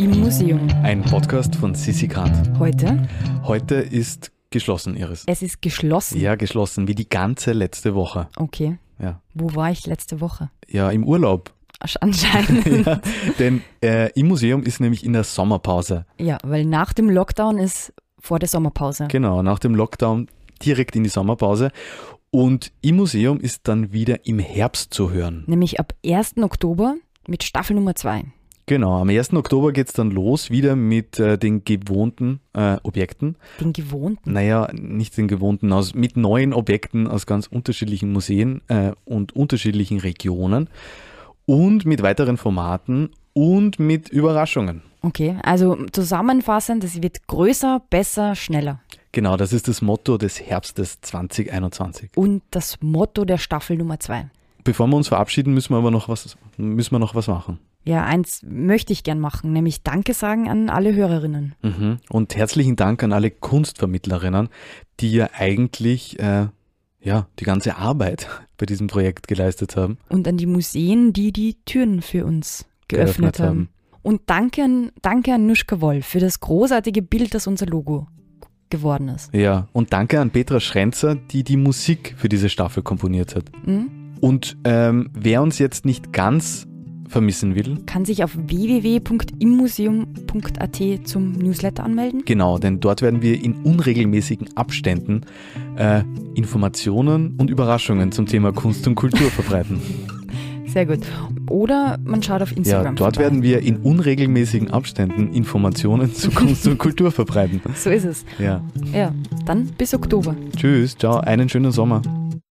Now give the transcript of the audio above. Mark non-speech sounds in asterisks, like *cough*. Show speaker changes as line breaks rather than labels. Museum.
Ein Podcast von Sissi Grant.
Heute,
Heute ist geschlossen, Iris.
es ist geschlossen.
Ja, geschlossen, wie die ganze letzte Woche.
Okay,
Ja,
wo war ich letzte Woche?
ja im Urlaub.
Asch- Anscheinend.
*laughs* ja, denn äh, im Museum ist nämlich in der Sommerpause.
ja, weil nach dem Lockdown ist vor der Sommerpause.
Genau, nach dem Lockdown direkt in die Sommerpause. Und im Museum ist dann wieder im Herbst zu hören.
Nämlich ab 1. Oktober mit Staffel Nummer 2.
Genau, am 1. Oktober geht es dann los, wieder mit äh, den gewohnten äh, Objekten.
Den gewohnten.
Naja, nicht den gewohnten, aus, mit neuen Objekten aus ganz unterschiedlichen Museen äh, und unterschiedlichen Regionen und mit weiteren Formaten und mit Überraschungen.
Okay, also zusammenfassend, es wird größer, besser, schneller.
Genau, das ist das Motto des Herbstes 2021.
Und das Motto der Staffel Nummer 2.
Bevor wir uns verabschieden, müssen wir aber noch was, müssen wir noch was machen.
Ja, eins möchte ich gern machen, nämlich Danke sagen an alle Hörerinnen.
Mhm. Und herzlichen Dank an alle Kunstvermittlerinnen, die ja eigentlich äh, ja, die ganze Arbeit bei diesem Projekt geleistet haben.
Und an die Museen, die die Türen für uns geöffnet, haben. Und danke an, danke an Nuschka Woll für das großartige Bild, das unser Logo geworden ist.
Ja, und danke an Petra Schrenzer, die die Musik für diese Staffel komponiert hat.
Hm?
Und ähm, wer uns jetzt nicht ganz vermissen will,
Kann sich auf www.immuseum.at zum Newsletter anmelden.
genau, denn dort werden wir in unregelmäßigen Abständen äh, Informationen und Überraschungen zum Thema Kunst und Kultur verbreiten.
Sehr gut. Oder man schaut auf Instagram.
ja, dort
vorbei.
werden wir in unregelmäßigen Abständen Informationen zu Kunst und Kultur verbreiten.
So ist es.
Ja,
Ja, dann bis Oktober.
tschüss, ciao, einen schönen Sommer.